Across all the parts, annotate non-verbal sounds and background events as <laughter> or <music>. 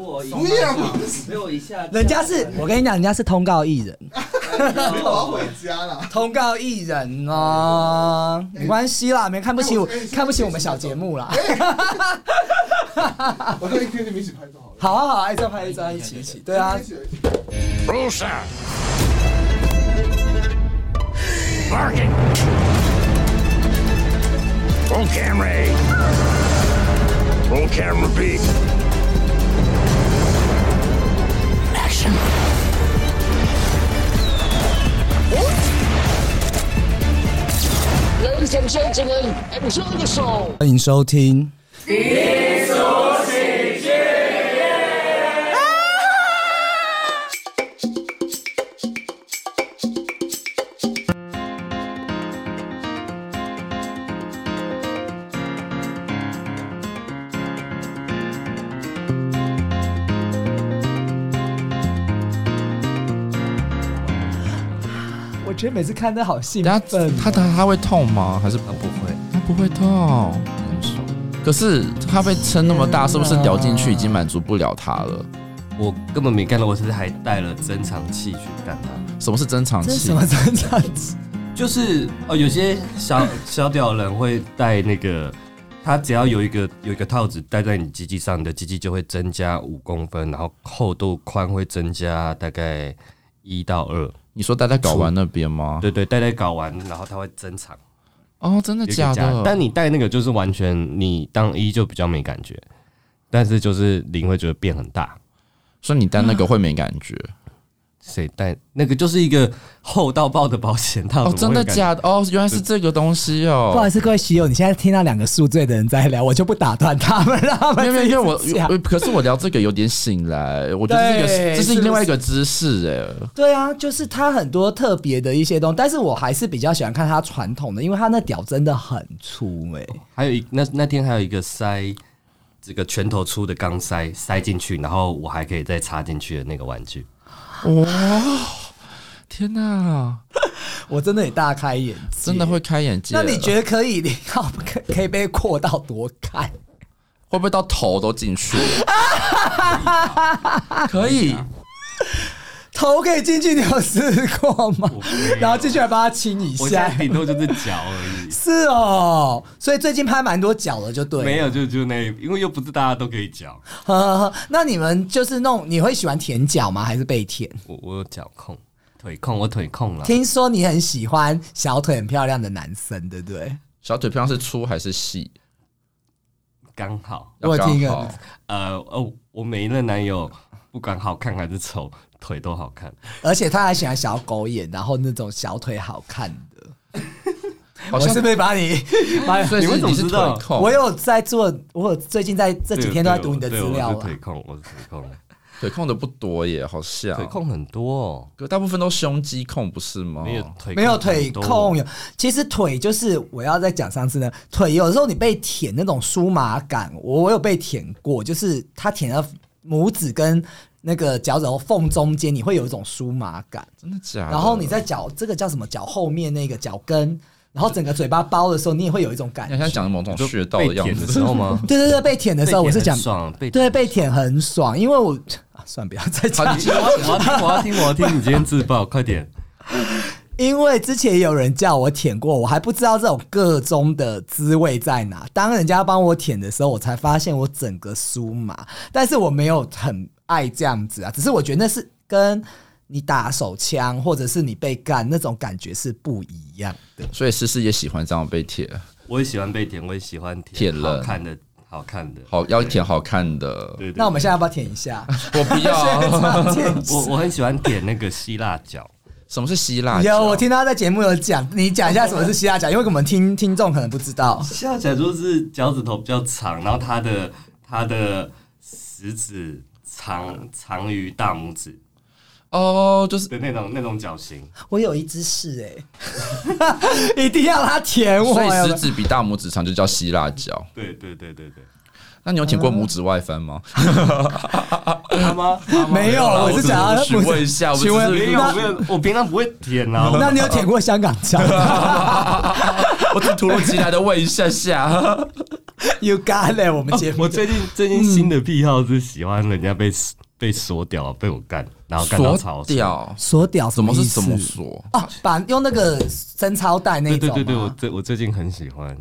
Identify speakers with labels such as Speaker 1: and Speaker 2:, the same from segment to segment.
Speaker 1: 我一
Speaker 2: 不 <laughs> 要嘛，
Speaker 1: 没有一下，
Speaker 3: 人家是我跟你讲，人家是通告艺人，
Speaker 2: 我要回家啦。
Speaker 3: 通告艺人哦，没关系啦，没看不起我
Speaker 2: 哎我哎，
Speaker 3: 看不起我们小节目啦。
Speaker 2: 我说一天你们一起拍就
Speaker 3: <laughs>
Speaker 2: 好了。
Speaker 3: 好啊好啊，哎，这拍一张一起一起，对啊
Speaker 2: 一，起，
Speaker 4: Rusa. Bargain. Roll camera A. Roll camera B. Action.
Speaker 5: Ladies and gentlemen, enjoy the show.
Speaker 3: 欢迎收听。我觉得每次看都好兴
Speaker 6: 等下
Speaker 3: 奋哦，
Speaker 6: 他他他会痛吗？还是不会？他不会痛，很爽。可是他被撑那么大，是不是屌进去已经满足不了他了？
Speaker 1: 我根本没干到，我甚至还带了增长器去干它。
Speaker 6: 什么是增长
Speaker 3: 这是
Speaker 6: 期
Speaker 3: 什？么成长期？
Speaker 1: 就是哦，有些小小屌人会带那个，他只要有一个有一个套子戴在你鸡鸡上，你的鸡鸡就会增加五公分，然后厚度宽会增加大概一到二。
Speaker 6: 你说待在睾丸那边吗？
Speaker 1: 对对，戴戴睾丸，然后它会增长。
Speaker 6: 哦，真的
Speaker 1: 有一个
Speaker 6: 假
Speaker 1: 夹
Speaker 6: 的？
Speaker 1: 但你戴那个就是完全，你当一就比较没感觉，但是就是零会觉得变很大。
Speaker 6: 说你戴那个会没感觉？
Speaker 1: 谁戴那个就是一个厚到爆的保险套？
Speaker 6: 哦，
Speaker 1: 啊怎
Speaker 6: 真
Speaker 1: 么会
Speaker 6: 的
Speaker 1: 有感觉
Speaker 6: 假的？哦，原来是这个东西
Speaker 3: 不好
Speaker 6: 哦
Speaker 3: 意。思，各位喜友，你现在听到两个宿醉的人在聊，我就不打断他们，让他们
Speaker 6: 没有没有，
Speaker 3: 自
Speaker 6: 因
Speaker 3: 己 <laughs>
Speaker 6: 为
Speaker 3: 讲
Speaker 6: 我我可是我聊这个有点醒来，我觉得这个
Speaker 3: 对
Speaker 6: 是
Speaker 3: 是不
Speaker 6: 这是
Speaker 3: 是
Speaker 6: 另外一个知识哎。
Speaker 3: 对啊，就是他很多特别的一些东西，但是我还是比较喜欢看他传统的，因为他那屌真的很粗哎、
Speaker 1: 还有一那那天还有一个塞这个拳头粗的钢塞塞进去，然后我还可以再插进去的那个玩具。
Speaker 6: 天哪，
Speaker 3: 我真的也大开眼界，
Speaker 6: 真的会。开眼界
Speaker 3: 那
Speaker 6: 了。
Speaker 3: 你觉得可以，你要可可以被扩到多开？
Speaker 6: 会不会到头都进去？可以，
Speaker 1: 啊
Speaker 3: 头可以进去，你有试过吗？然后进去还帮他亲一
Speaker 1: 啊我现在
Speaker 3: 下，
Speaker 1: 顶多就是脚而已，
Speaker 3: 是哦。所以最近拍蛮多脚的，就对了。
Speaker 1: 没有就就那，因为又不是大家都可以脚。
Speaker 3: 呵呵呵 <laughs> 那你们就是弄，你会喜欢舔脚吗？还是被舔？
Speaker 1: 我我有脚控，腿控，我腿控了。
Speaker 3: 听说你很喜欢小腿很漂亮的男生，对不对？
Speaker 6: 小腿漂亮是粗还是细？
Speaker 1: 刚好，
Speaker 3: 我有听
Speaker 6: 要
Speaker 3: 过
Speaker 6: 刚好
Speaker 1: 呃哦，我每一任男友不管好看还是丑，腿都好看。
Speaker 3: 而且他还喜欢小狗眼，然后那种小腿好看的。
Speaker 6: 好
Speaker 3: 我
Speaker 6: 像哦
Speaker 3: 是不是把你？把你
Speaker 6: <laughs> 所
Speaker 1: 哎
Speaker 6: 以
Speaker 1: 你们
Speaker 6: 是
Speaker 1: 怎么
Speaker 6: 你是
Speaker 1: 知道
Speaker 6: 腿控，
Speaker 3: 我有在做，我有最近在这几天都在读你的资
Speaker 1: 对我对
Speaker 3: 料
Speaker 1: 我是
Speaker 3: 啊
Speaker 1: 腿。控，我是腿控，
Speaker 6: 腿控的不多耶，好像
Speaker 1: 腿，控很多哦，
Speaker 6: 可大部分都胸肌控不是吗？
Speaker 1: 没有腿
Speaker 3: 没有腿
Speaker 1: 很多
Speaker 3: 控，有其实腿就是我要再讲上次呢，腿有时候你被舔那种酥麻感，我我有被舔过，就是他舔到拇指跟那个脚趾头缝中间，你会有一种酥麻感。
Speaker 6: 真的假的？
Speaker 3: 然后你在脚这个叫什么脚后面那个脚跟，然后整个嘴巴包的时候，你也会有一种感
Speaker 6: 你好像
Speaker 3: 觉。
Speaker 6: 讲某种
Speaker 1: 就
Speaker 6: 穴道的样
Speaker 1: 被舔
Speaker 6: 子
Speaker 1: 知，道吗？
Speaker 3: 对对对，被舔的时候我是
Speaker 1: 被舔
Speaker 3: 讲
Speaker 1: 很爽，被
Speaker 3: 对被舔很爽，因为我、 <laughs> 啊、算不要再
Speaker 6: <laughs> 好
Speaker 3: 讲
Speaker 6: 你，
Speaker 1: 我要 <laughs> 我要听，我要听，我要听！你今天自爆，快点！
Speaker 3: 因为之前有人叫我舔过，我还不知道这种各中的滋味在哪。当人家帮我舔的时候，我才发现我整个酥麻，但是我没有很爱这样子啊，只是我觉得那是跟你打手枪或者是你被干那种感觉是不一样的。
Speaker 6: 所以诗诗也喜欢这样被舔，
Speaker 1: 我也喜欢被舔，我也喜欢
Speaker 6: 舔了
Speaker 1: 好看的，好看的。
Speaker 6: 好要舔好看
Speaker 1: <laughs>
Speaker 6: 的，
Speaker 1: 对对，
Speaker 3: 那我们现在要不要舔一下？
Speaker 6: 我不要。
Speaker 3: 舔
Speaker 1: 我我很喜欢舔那个希腊脚，
Speaker 6: <laughs> 什么是希腊脚？
Speaker 3: 有，我听他在节目有讲，你讲一下什么是希腊脚，因为我们听听众可能不知道。
Speaker 1: 希腊脚就是脚趾头比较长，然后它的它的食指长长于大拇指
Speaker 6: 哦，就是
Speaker 1: 的那种那种脚型。
Speaker 3: 我有一只是哎、 <laughs> 一定要他舔我。
Speaker 6: 所以
Speaker 3: 有没有
Speaker 6: 食指比大拇指长就叫希腊脚。
Speaker 1: 对对对对对，
Speaker 6: 那你有舔过拇指外翻吗？
Speaker 1: 他吗？他吗
Speaker 3: 没有，
Speaker 6: 啦
Speaker 3: 我是想要
Speaker 6: 我只是询问一下
Speaker 3: 我
Speaker 6: 我
Speaker 3: 只
Speaker 6: 只
Speaker 3: 是
Speaker 6: 是
Speaker 3: 询问
Speaker 6: <laughs>
Speaker 1: 没有
Speaker 3: 那
Speaker 1: 没有，我平常不会舔啊。
Speaker 3: <laughs> 那你有
Speaker 6: <laughs>
Speaker 3: 舔过香港脚？
Speaker 6: 我从突如其来的问一下下，
Speaker 3: You got it，我们节目
Speaker 1: <laughs> 我最近最近新的癖好是喜欢人家被被锁屌，被我干，然后干到
Speaker 6: 锁
Speaker 1: 潮湿。
Speaker 6: 屌，
Speaker 3: 锁屌什
Speaker 6: 怎么
Speaker 3: 意
Speaker 6: 是
Speaker 3: 思
Speaker 6: 怎么锁？
Speaker 3: 啊？把用那个贞操带那
Speaker 1: 对
Speaker 3: 一
Speaker 1: 对
Speaker 3: 种
Speaker 1: 对对，
Speaker 3: 吗
Speaker 1: 我最我最近很喜欢。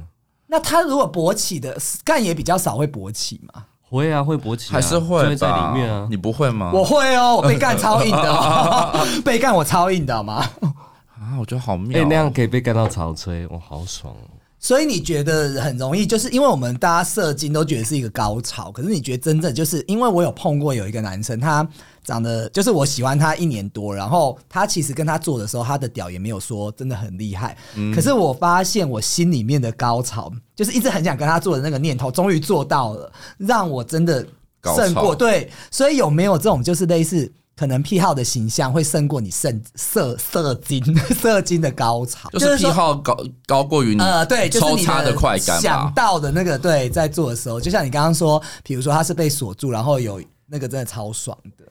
Speaker 3: 那他如果勃起的干也比较少会勃起嘛？
Speaker 1: 会啊，会勃起啊、
Speaker 6: 还是会
Speaker 1: 就会在
Speaker 6: 吧
Speaker 1: 里面啊
Speaker 6: 你。不会吗？
Speaker 3: 我会哦，我被干超硬的哦，被干我超硬的好吗？
Speaker 6: 啊，我觉得好
Speaker 1: 哎、
Speaker 6: 妙哦。
Speaker 1: 那样可以被干到潮吹，我好爽哦、
Speaker 3: 所以你觉得很容易，就是因为我们大家射精都觉得是一个高潮，可是你觉得真正就是因为我有碰过有一个男生，他长得就是我喜欢他一年多，然后他其实跟他做的时候，他的屌也没有说真的很厉害，
Speaker 6: 嗯
Speaker 3: 可是我发现我心里面的高潮，就是一直很想跟他做的那个念头，终于做到了，让我真的
Speaker 6: 高
Speaker 3: 胜
Speaker 6: 潮
Speaker 3: 过。对，所以有没有这种就是类似可能癖好的形象会胜过你胜色色 <laughs> 精色精的高潮？
Speaker 6: 就是癖
Speaker 3: 说
Speaker 6: 好高高过于你
Speaker 3: 呃，对，就是
Speaker 6: 嗯抽
Speaker 3: 你
Speaker 6: 插的快感
Speaker 3: 想
Speaker 6: 吧？
Speaker 3: 到的那个，对，在做的时候，就像你刚刚说，比如说他是被锁住，然后有那个真的超爽的。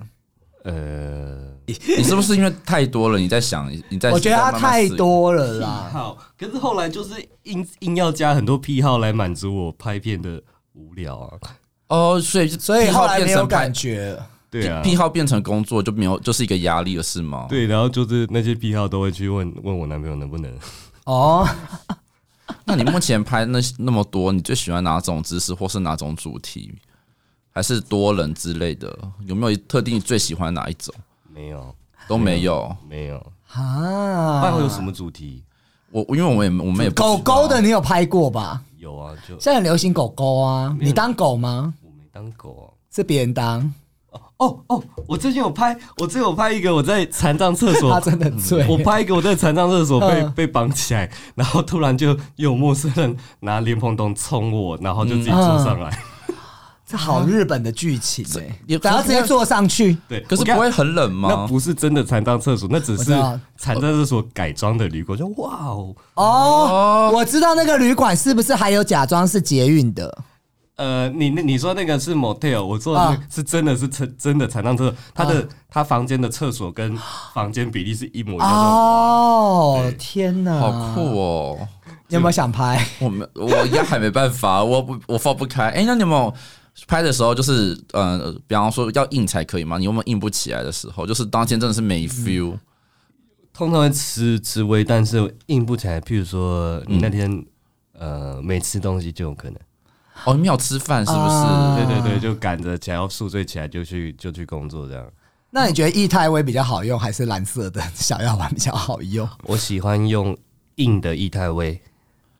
Speaker 1: 呃，
Speaker 6: 你是不是因为太多了？你在想，你在
Speaker 3: 我觉得他太，多了
Speaker 6: 嗯
Speaker 3: 啦，
Speaker 1: 好，可是后来就是硬硬要加很多癖好来满足我拍片的无聊啊。
Speaker 6: 你在哦，所以就
Speaker 3: 所以
Speaker 6: 癖
Speaker 3: 后
Speaker 6: 好
Speaker 3: 来
Speaker 6: 变
Speaker 3: 没有
Speaker 6: 成
Speaker 3: 感
Speaker 6: 拍
Speaker 3: 觉了。
Speaker 1: 对啊，
Speaker 6: 癖好变成工作就没有，就是一个压力了，是吗？，
Speaker 1: 对，然后就是那些癖好都会去问问我男朋友能不能。
Speaker 6: <laughs>
Speaker 3: 哦，
Speaker 6: 那你目前拍那那么多，你最喜欢哪种姿势，或是哪种主题，还是多人之类的？有没有特定最喜欢哪一种？
Speaker 1: 没有，
Speaker 6: 都没有。
Speaker 1: 没有。
Speaker 3: 啊，
Speaker 1: 那会有什么主题？
Speaker 6: 我因为我也我们哎也不知道
Speaker 3: 狗狗的，你有拍过吧？
Speaker 1: 有啊，就
Speaker 3: 现在很流行狗狗啊，
Speaker 6: 嗯
Speaker 3: 你当狗吗？
Speaker 1: 我没当狗、
Speaker 3: 是别人当，
Speaker 1: 啊。哦哦，我最近有拍，我最近有拍一个我在残障厕所，嗯
Speaker 3: <laughs> 他真的很醉。
Speaker 1: 我拍一个我在残障厕所被、
Speaker 3: 嗯
Speaker 1: 被绑起来，然后突然就有陌生人拿莲蓬头冲我，然后就
Speaker 3: 嗯
Speaker 1: 自己坐上来。
Speaker 3: 这好日本的剧情哎
Speaker 6: 也，
Speaker 3: 然后直接坐上去，
Speaker 1: 对，
Speaker 6: 可是
Speaker 1: 我跟
Speaker 6: 不
Speaker 1: 你
Speaker 6: 会
Speaker 1: 讲。
Speaker 6: 很冷
Speaker 1: 那
Speaker 6: 吗？
Speaker 1: 不是真的残障厕所，那只
Speaker 3: 我
Speaker 1: 是
Speaker 3: 知道
Speaker 1: 残障厕所改装的旅馆。就哇哦，
Speaker 3: 哦，我知道那个旅馆是不是还有假装是捷运的？
Speaker 1: 呃，你那你说那个是 motel，我做的那个
Speaker 3: 啊
Speaker 1: 是真的是真真的残障厕所，他的他房间的厕所跟房间比例是一模一样的。
Speaker 3: 哦
Speaker 1: 对，
Speaker 3: 天哪，
Speaker 6: 好酷！哦！
Speaker 3: 你有没有想拍？ <laughs>
Speaker 6: 我没，我应该还没办法， <laughs> 我不，我放不开。哎、那你有没有拍的时候，就是呃，比方说要硬才可以吗？你有没有硬不起来的时候？就是当天真的
Speaker 1: 嗯
Speaker 6: 是没 feel，、
Speaker 1: 通常会吃吃微，但是硬不起来。譬如说你那天、呃没吃东西就有可能。
Speaker 6: 哦，你没有吃饭是不是？
Speaker 1: 对对对，就赶着起来要宿醉起来就去就去工作这样。
Speaker 3: 那你觉得液态微比较好用，还是蓝色的小药丸比较好用？
Speaker 1: 我喜欢用硬的液态味，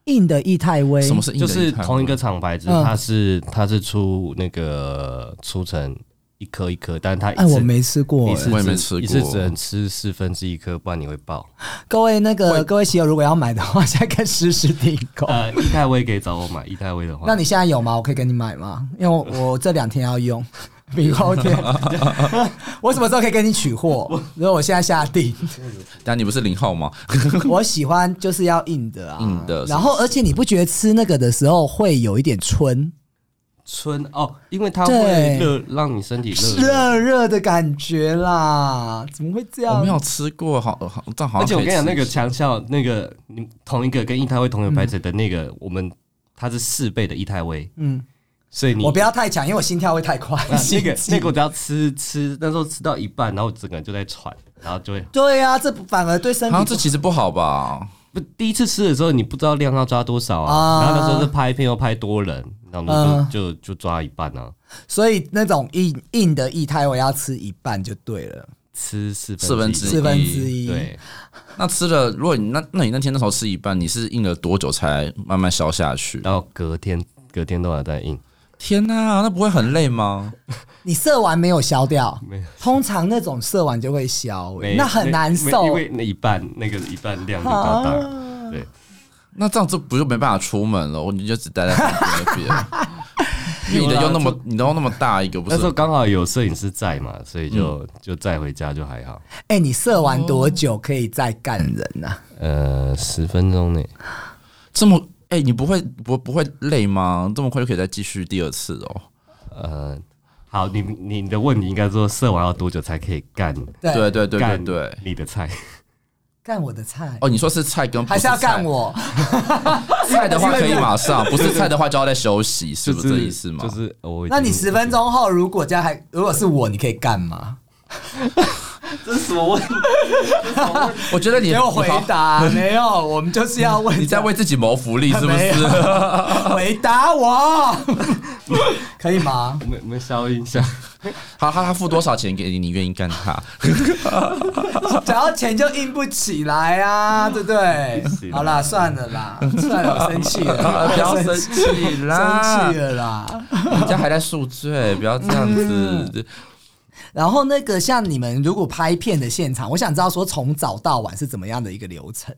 Speaker 3: 硬的液态微
Speaker 6: 什么是硬
Speaker 1: 就
Speaker 6: 的
Speaker 1: 是
Speaker 6: 硬派
Speaker 1: 同一个厂牌，只是
Speaker 3: 嗯
Speaker 1: 它是它是出那个出成一颗一颗，但它
Speaker 3: 哎，
Speaker 1: 一次
Speaker 3: 我没吃过
Speaker 1: 你
Speaker 3: 哎。
Speaker 1: 是
Speaker 6: 我也
Speaker 1: 只
Speaker 6: 没吃
Speaker 1: 你是
Speaker 6: 过
Speaker 1: 只能吃四分之一颗，不然你会爆。
Speaker 3: 各位那个各位喜友，如果要买的话， <laughs> 现在看实时订
Speaker 1: <laughs>
Speaker 3: 购。
Speaker 1: 呃，一太威可以找我买，一太威的话，
Speaker 3: 那你现在有吗？我可以给你买吗？因为我我这两天要用， <laughs> 明后天。 <laughs> 我什么时候可以给你取货？如果我现在下定，
Speaker 6: 但你不是零
Speaker 1: <laughs>
Speaker 6: 号吗？
Speaker 3: <laughs> 我喜欢就是要硬的啊，
Speaker 6: 硬的
Speaker 3: 然后而且你不觉得吃那个的时候会有一点春，
Speaker 1: 春哦，因为它
Speaker 3: 对
Speaker 1: 会热，让你身体热热。
Speaker 3: 热热的感觉啦？怎么会这样？啊
Speaker 6: 我没有吃过，好好，但好像
Speaker 1: 而且我
Speaker 6: 可以
Speaker 1: 跟你讲，
Speaker 6: 吃
Speaker 1: 那个强效，那个你同一个跟一太威同有牌子的那个，我们它是四倍的一太威，
Speaker 3: 嗯，
Speaker 1: 所以你
Speaker 3: 我不要太强，因为我心跳会太快。
Speaker 1: <laughs> 那那
Speaker 3: <laughs>
Speaker 1: 个
Speaker 3: 心悸
Speaker 1: 那个我只要吃吃，那时候吃到一半，然后我整个人就在喘，然后就会
Speaker 3: 对啊，这不反而对身
Speaker 6: 好
Speaker 3: 体
Speaker 6: 像
Speaker 3: 不
Speaker 6: 这其实不好吧？
Speaker 1: 不第一次吃的时候你不知道量要抓多少啊，
Speaker 3: 啊
Speaker 1: 然后那时候是拍片又拍多人，然后
Speaker 3: 嗯
Speaker 1: 你就就就抓一半啊，
Speaker 3: 所以那种硬硬的液态，我要吃一半就对了，
Speaker 1: 吃四
Speaker 6: 四分之一
Speaker 3: 四分之一。
Speaker 1: 对，
Speaker 6: 那吃了，如果你那那你那天那时候吃一半，你是硬了多久才慢慢消下去？
Speaker 1: 然后隔天隔天都还在硬，
Speaker 6: 天哪、那不会很累吗？
Speaker 3: 你射完没有消掉，
Speaker 1: 没有
Speaker 3: 通常那种射完就会消、欸
Speaker 1: 没
Speaker 3: 那很难受啊
Speaker 1: 没因。为那一半那个一半量就比较大，对，
Speaker 6: 那这样子不就没办法出门了？我你就只待在房间那
Speaker 3: <laughs>
Speaker 6: 边，因为你的又那么你的又那么大一个，不
Speaker 1: 那
Speaker 6: 是
Speaker 1: 时候刚好有摄影师在嘛，所以就就载回家就还好，
Speaker 3: 哎、你射完多久可以再干人呐、啊？
Speaker 1: 呃，十分钟内。
Speaker 6: 这么哎、你不会不不会累吗？这么快就可以再继续第二次哦？
Speaker 1: 呃，好，你你的问题应该说射完要多久才可以干？
Speaker 3: 对啊
Speaker 6: 对对对对
Speaker 1: 干
Speaker 6: 对，
Speaker 1: 你的菜。
Speaker 3: 干我的菜
Speaker 6: 哦，你说是菜跟不
Speaker 3: 还是要
Speaker 6: 菜
Speaker 3: 干我？
Speaker 6: 菜的话可以
Speaker 3: <laughs>
Speaker 6: 马上，不是菜的话就要在休息，是不
Speaker 1: 就是
Speaker 6: 这意思吗？
Speaker 1: 就是我已经，
Speaker 3: 那你十分钟后如果家还如果是我，你可以干吗？
Speaker 2: 这是什么问题？
Speaker 6: 我觉得你
Speaker 3: 给我回，答，没有，我们就是要问
Speaker 6: 你在为自己谋福利是不
Speaker 3: 没
Speaker 6: 是？
Speaker 3: <laughs> 回答我，可以吗？
Speaker 1: <laughs> 没没消音一下，
Speaker 6: <laughs> 好，他他付多少钱给你，你愿意
Speaker 3: <laughs>
Speaker 6: 干他？
Speaker 3: 只要钱就硬不起来啊，对不对？
Speaker 1: 行
Speaker 3: 好啦，算了啦，算了，我生气了，
Speaker 6: <laughs> 不要生
Speaker 3: 生
Speaker 6: 气啦
Speaker 3: <laughs> 生气，了啦。
Speaker 6: 人家还在宿醉，不要这样子。
Speaker 3: 然后那个像你们如果拍片的现场，我想知道说从早到晚是怎么样的一个流程。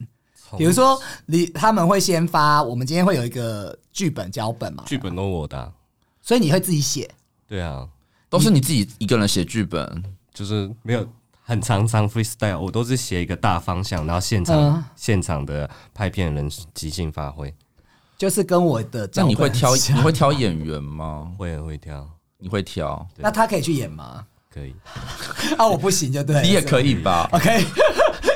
Speaker 3: 比如说，你他们会先发，我们今天会有一个剧本脚本嘛，
Speaker 1: 剧本都我的啊，
Speaker 3: 所以你会自己写。
Speaker 1: 对啊，
Speaker 6: 都是你自己一个人写剧本，
Speaker 3: 嗯
Speaker 1: 就是没有很常常 freestyle，我都是写一个大方向，然后现场、
Speaker 3: 嗯
Speaker 1: 现场的拍片人即兴发挥，
Speaker 3: 就是跟 <laughs> 我的脚
Speaker 6: 那
Speaker 3: 本
Speaker 6: 你会挑
Speaker 3: 很像
Speaker 6: 你会挑演员吗？
Speaker 1: 会很会跳，
Speaker 6: 你会挑，
Speaker 3: 那他可以去演吗？
Speaker 1: 可以。
Speaker 3: 啊，我不行就对了，
Speaker 6: 你也可以吧？
Speaker 3: <laughs> OK，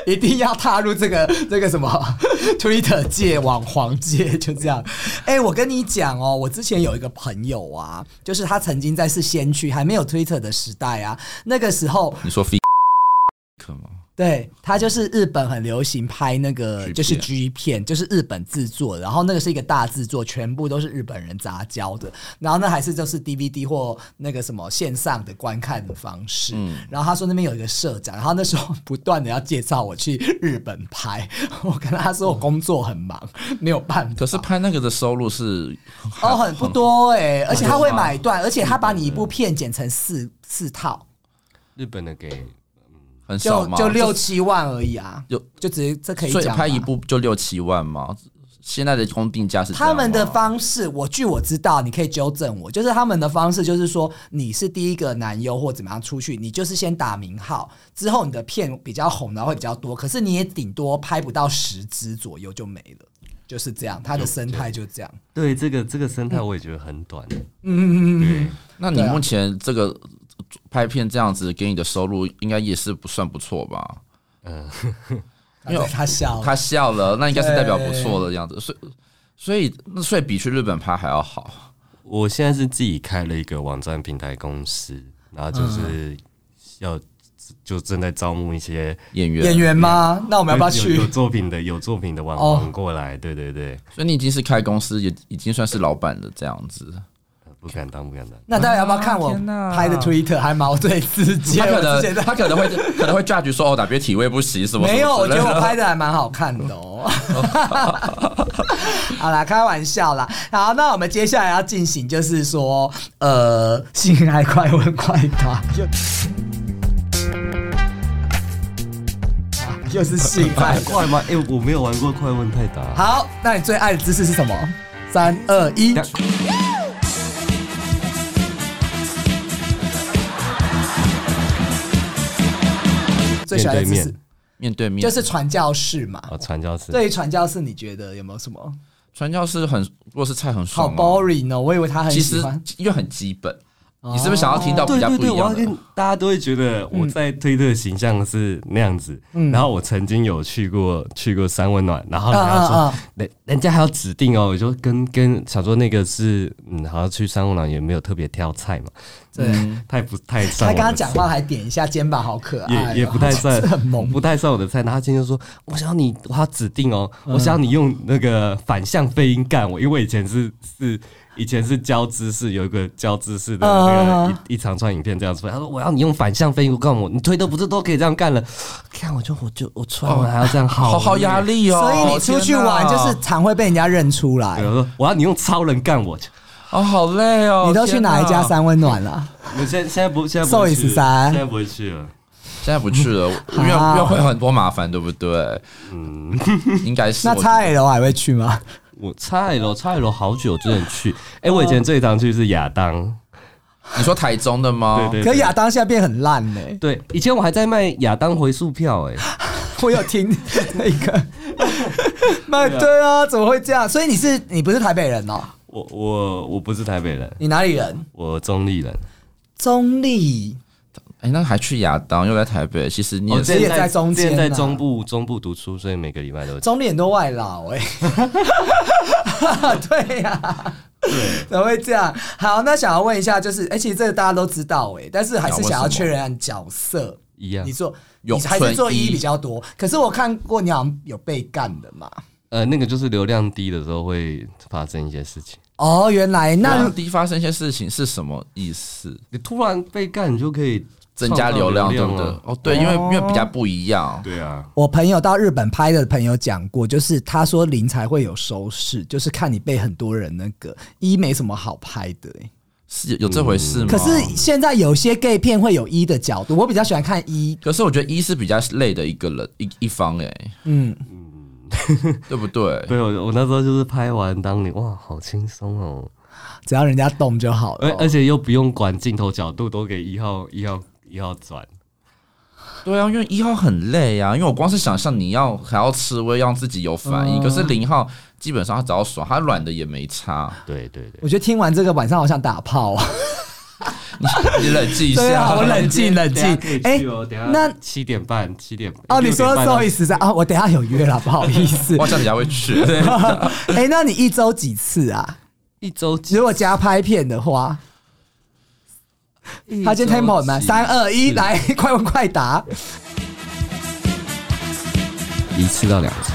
Speaker 3: 一定要踏入这个这个什么 <laughs> Twitter 界、网黄界，就这样。哎、我跟你讲哦，我之前有一个朋友啊，就是他曾经在是先驱还没有 Twitter 的时代啊，那个时候
Speaker 6: 你说 f 可吗？
Speaker 3: 对他就是日本很流行拍那个
Speaker 6: G
Speaker 3: 就是
Speaker 6: 片
Speaker 3: G 片，就是日本制作，然后那个是一个大制作，全部都是日本人杂交的，然后那还是就是 DVD 或那个什么线上的观看的方式。
Speaker 6: 嗯
Speaker 3: 然后他说那边有一个社长，然后那时候不断的要介绍我去日本拍， <laughs> 我跟他说我工作很忙，没有办法。
Speaker 6: 可是拍那个的收入是
Speaker 3: 哦，很不多哎、而且他会
Speaker 6: 很多吗
Speaker 3: 买断，而且他把你一部片剪成四四套，
Speaker 1: 日本的给
Speaker 6: 很少
Speaker 3: 就
Speaker 6: 吗？
Speaker 3: 就六七万而已啊，
Speaker 6: 有
Speaker 3: 就直接这可以
Speaker 6: 所以
Speaker 3: 讲
Speaker 6: 拍一
Speaker 3: 吗
Speaker 6: 部就六七万嘛，现在的工定价是这样
Speaker 3: 他们的
Speaker 6: 吗
Speaker 3: 方式，我据我知道，你可以纠正我，就是他们的方式就是说，你是第一个男优或怎么样出去，你就是先打名号，之后你的片比较红，然后会比较多，可是你也顶多拍不到十支左右就没了，就是这样，他的生态就 <laughs> 这样。
Speaker 1: 对这个这个生
Speaker 3: 嗯
Speaker 1: 态，我也觉得很短。欸
Speaker 6: 那你目前这个拍片这样子给你的收入，应该也是不算不错吧？
Speaker 3: 因为他笑了，
Speaker 6: 他笑了，那应该是代表不错的样子。所以，所以那所以比去日本拍还要好。
Speaker 1: 我现在是自己开了一个网站平台公司，然后
Speaker 3: 嗯
Speaker 1: 就是要就正在招募一些
Speaker 6: 演员，
Speaker 3: 演员吗？那我们要不要
Speaker 1: 有有
Speaker 3: 去？
Speaker 1: 作品的有作品的网
Speaker 3: 哦
Speaker 1: 红过来，对对对，
Speaker 6: 所以你已经是开公司，也已经算是老板了这样子。
Speaker 1: 不敢当不敢当。
Speaker 3: 那大家要不要看我
Speaker 6: 天哪
Speaker 3: 拍的 Twitter 还毛遂自荐？
Speaker 6: 他可
Speaker 3: 我之前
Speaker 6: 能
Speaker 3: 在
Speaker 6: 他可能会可能会 judge 说哦哪边体位不行什么什么
Speaker 3: 没有，我
Speaker 6: 之
Speaker 3: 觉
Speaker 6: 类
Speaker 3: 得
Speaker 6: 的
Speaker 3: 我拍的还蛮好看的哦。 <laughs> 好啦，开玩笑啦。好，那我们接下来要进行就是说，呃，性爱快问快答， <laughs> 又又是性爱。
Speaker 1: 快吗？哎、我没有玩过快问快答。
Speaker 3: 好，那你最爱的姿势是什么？三二一，最喜欢的姿
Speaker 1: 面对
Speaker 3: 势
Speaker 1: 面
Speaker 6: 面对面
Speaker 3: 就是传教士嘛。
Speaker 1: 哦，传教士。
Speaker 3: 对于传教士，你觉得有没有什么
Speaker 1: 啊
Speaker 6: 传教士很，如果是菜很
Speaker 3: 好
Speaker 6: 爽吗，
Speaker 3: boring 哦？我以为他很
Speaker 6: 其
Speaker 3: 喜
Speaker 6: 实
Speaker 3: 欢。哦
Speaker 6: 因为很基本。你是不是想要听到比
Speaker 1: 哦对
Speaker 6: 较
Speaker 1: 对
Speaker 6: 不
Speaker 1: 对，
Speaker 6: 一
Speaker 1: 我要
Speaker 6: 样的？
Speaker 1: 跟大家都会觉得我在推特形象是那样子，然后我曾经有去过去过三温暖，然后人家
Speaker 3: 啊啊
Speaker 1: 说
Speaker 3: 啊
Speaker 1: 人人家还要指定哦，我就跟跟想说那个是嗯，好像去三温暖也没有特别挑菜嘛，
Speaker 3: 对，
Speaker 1: 太不太
Speaker 3: 他
Speaker 1: 算我的菜。
Speaker 3: 刚刚讲话还点一下肩膀，好可爱
Speaker 6: 哎
Speaker 3: 哦、
Speaker 1: 也也
Speaker 3: <laughs>
Speaker 1: 不太算
Speaker 3: 是很
Speaker 1: <laughs>
Speaker 3: 萌。
Speaker 1: 不太算我的菜。然后他今天就说：“我想要你，我要指定哦，
Speaker 6: 嗯
Speaker 1: 我想要你用那个反向飞鹰干我，因为我以前是是以前是教知识，有一个教知识的
Speaker 6: 啊
Speaker 1: 那
Speaker 3: 嗯
Speaker 1: 个一一长串影片这样子。他说我要你用反向飞鹰干我，你推的不是都可以这样干了？看我就我就我穿完还要这样，
Speaker 6: 好
Speaker 1: 好
Speaker 6: 好
Speaker 1: 累
Speaker 6: 压。力哦！
Speaker 3: 所以你出去玩就
Speaker 6: 天
Speaker 3: 是
Speaker 6: 哪
Speaker 3: 常会被人家认出来
Speaker 1: 对。啊我说我要你用超人干我，
Speaker 6: 哦，好累哦！
Speaker 3: 你都去哪一家
Speaker 6: 天
Speaker 3: 三温暖啊了、
Speaker 1: 我现在现在不现在不会去，
Speaker 3: 兽医13
Speaker 1: 现在不会去了。
Speaker 6: 现在不
Speaker 3: <laughs>
Speaker 6: 去了，因为因为会很多麻烦，对不对？嗯，应该
Speaker 3: <laughs>
Speaker 6: 是。
Speaker 3: 那
Speaker 6: 我觉得
Speaker 3: 蔡楼还会去吗？
Speaker 1: 我菜楼菜楼好久之前去，哎，我以前最常去是亚当，
Speaker 6: 你说台中的吗？
Speaker 1: 对对
Speaker 3: 可
Speaker 1: 对
Speaker 3: 亚当现在变很烂
Speaker 1: <laughs>
Speaker 3: 呢、
Speaker 1: 对，以前我还在卖亚当回溯票，哎。”
Speaker 3: 我有听那个，
Speaker 1: <laughs>
Speaker 3: 那 <laughs> 对啊，怎么会这样？所以你是你不是台北人哦、
Speaker 1: 我我我不是台北人，
Speaker 3: 你哪里人？
Speaker 1: 我中立人。
Speaker 3: 中立。
Speaker 6: 哎、哎，那还去亚当，又在台北，其实你
Speaker 1: 我
Speaker 6: 也
Speaker 1: 之
Speaker 6: 是
Speaker 1: 前
Speaker 3: 也哦在中
Speaker 1: 之前
Speaker 3: 间
Speaker 1: 在
Speaker 3: 啊
Speaker 1: 中部中部读书，所以每个礼拜都
Speaker 3: 中立很多外劳
Speaker 1: <laughs>
Speaker 3: 哎、对呀、怎么会这样？好，那想要问一下，就是哎、其实这个大家都知道哎、但是还是想要确认角色。
Speaker 1: 一样
Speaker 3: 你。做你
Speaker 6: 有
Speaker 3: 还是做
Speaker 6: 纯一
Speaker 3: 一比较多，可是我看过你好像有被干的嘛。
Speaker 1: 呃，那个就是流量低的时候会发生一些事情。
Speaker 3: 哦，原来那
Speaker 6: 那低发生一些事情是什么意思？
Speaker 1: 你突然被干，你就可以
Speaker 6: 增加流量，
Speaker 1: 创造
Speaker 6: 对不
Speaker 1: 流量
Speaker 6: 对
Speaker 1: 啊？？
Speaker 6: 哦，对，因为因为比较不一样，
Speaker 1: 对啊，
Speaker 3: 我朋友到日本拍的朋友讲过，就是他说零才会有收视，就是看你被很多人那个一没什么好拍的、欸。
Speaker 1: 啊
Speaker 6: 是有有这回事吗？
Speaker 3: 可是现在有些 gay 片会有一 E 的角度，我比较喜欢看 E，一，
Speaker 6: 可是我觉得一是比较累的一个人一一方哎、
Speaker 3: 嗯，
Speaker 6: 对不对？
Speaker 1: 对我我那时候就是拍完当你哇，好轻松哦，
Speaker 3: 只要人家动就好
Speaker 1: 而
Speaker 3: 了。
Speaker 1: 而且又不用管镜头角度，都给一号一号一号转。
Speaker 6: 对啊，因为一号很累啊，因为我光是想象你要还要吃，我也让自己有
Speaker 3: 哦
Speaker 6: 反应。可是零号基本上他只要爽，他软的也没差。
Speaker 1: 对对对，
Speaker 3: 我觉得听完这个晚上好想打炮啊！
Speaker 6: 你 <laughs> 你冷静一下，
Speaker 3: 对啊，我冷
Speaker 6: <laughs>
Speaker 3: 静冷静。哎、
Speaker 1: 哦
Speaker 3: 那
Speaker 1: 七点半七点半
Speaker 3: 哦，你说 s o
Speaker 1: 到
Speaker 3: y 十三啊，我等一下有
Speaker 1: <laughs>
Speaker 3: 约了，不好意思
Speaker 6: 我。好像等一下会去。
Speaker 3: <laughs> 哎、那你一周几次啊？
Speaker 1: 一周几
Speaker 3: 如果加拍片的话，他今天 tempo 很慢，三二一，来，快问快答。
Speaker 1: 一次到两次，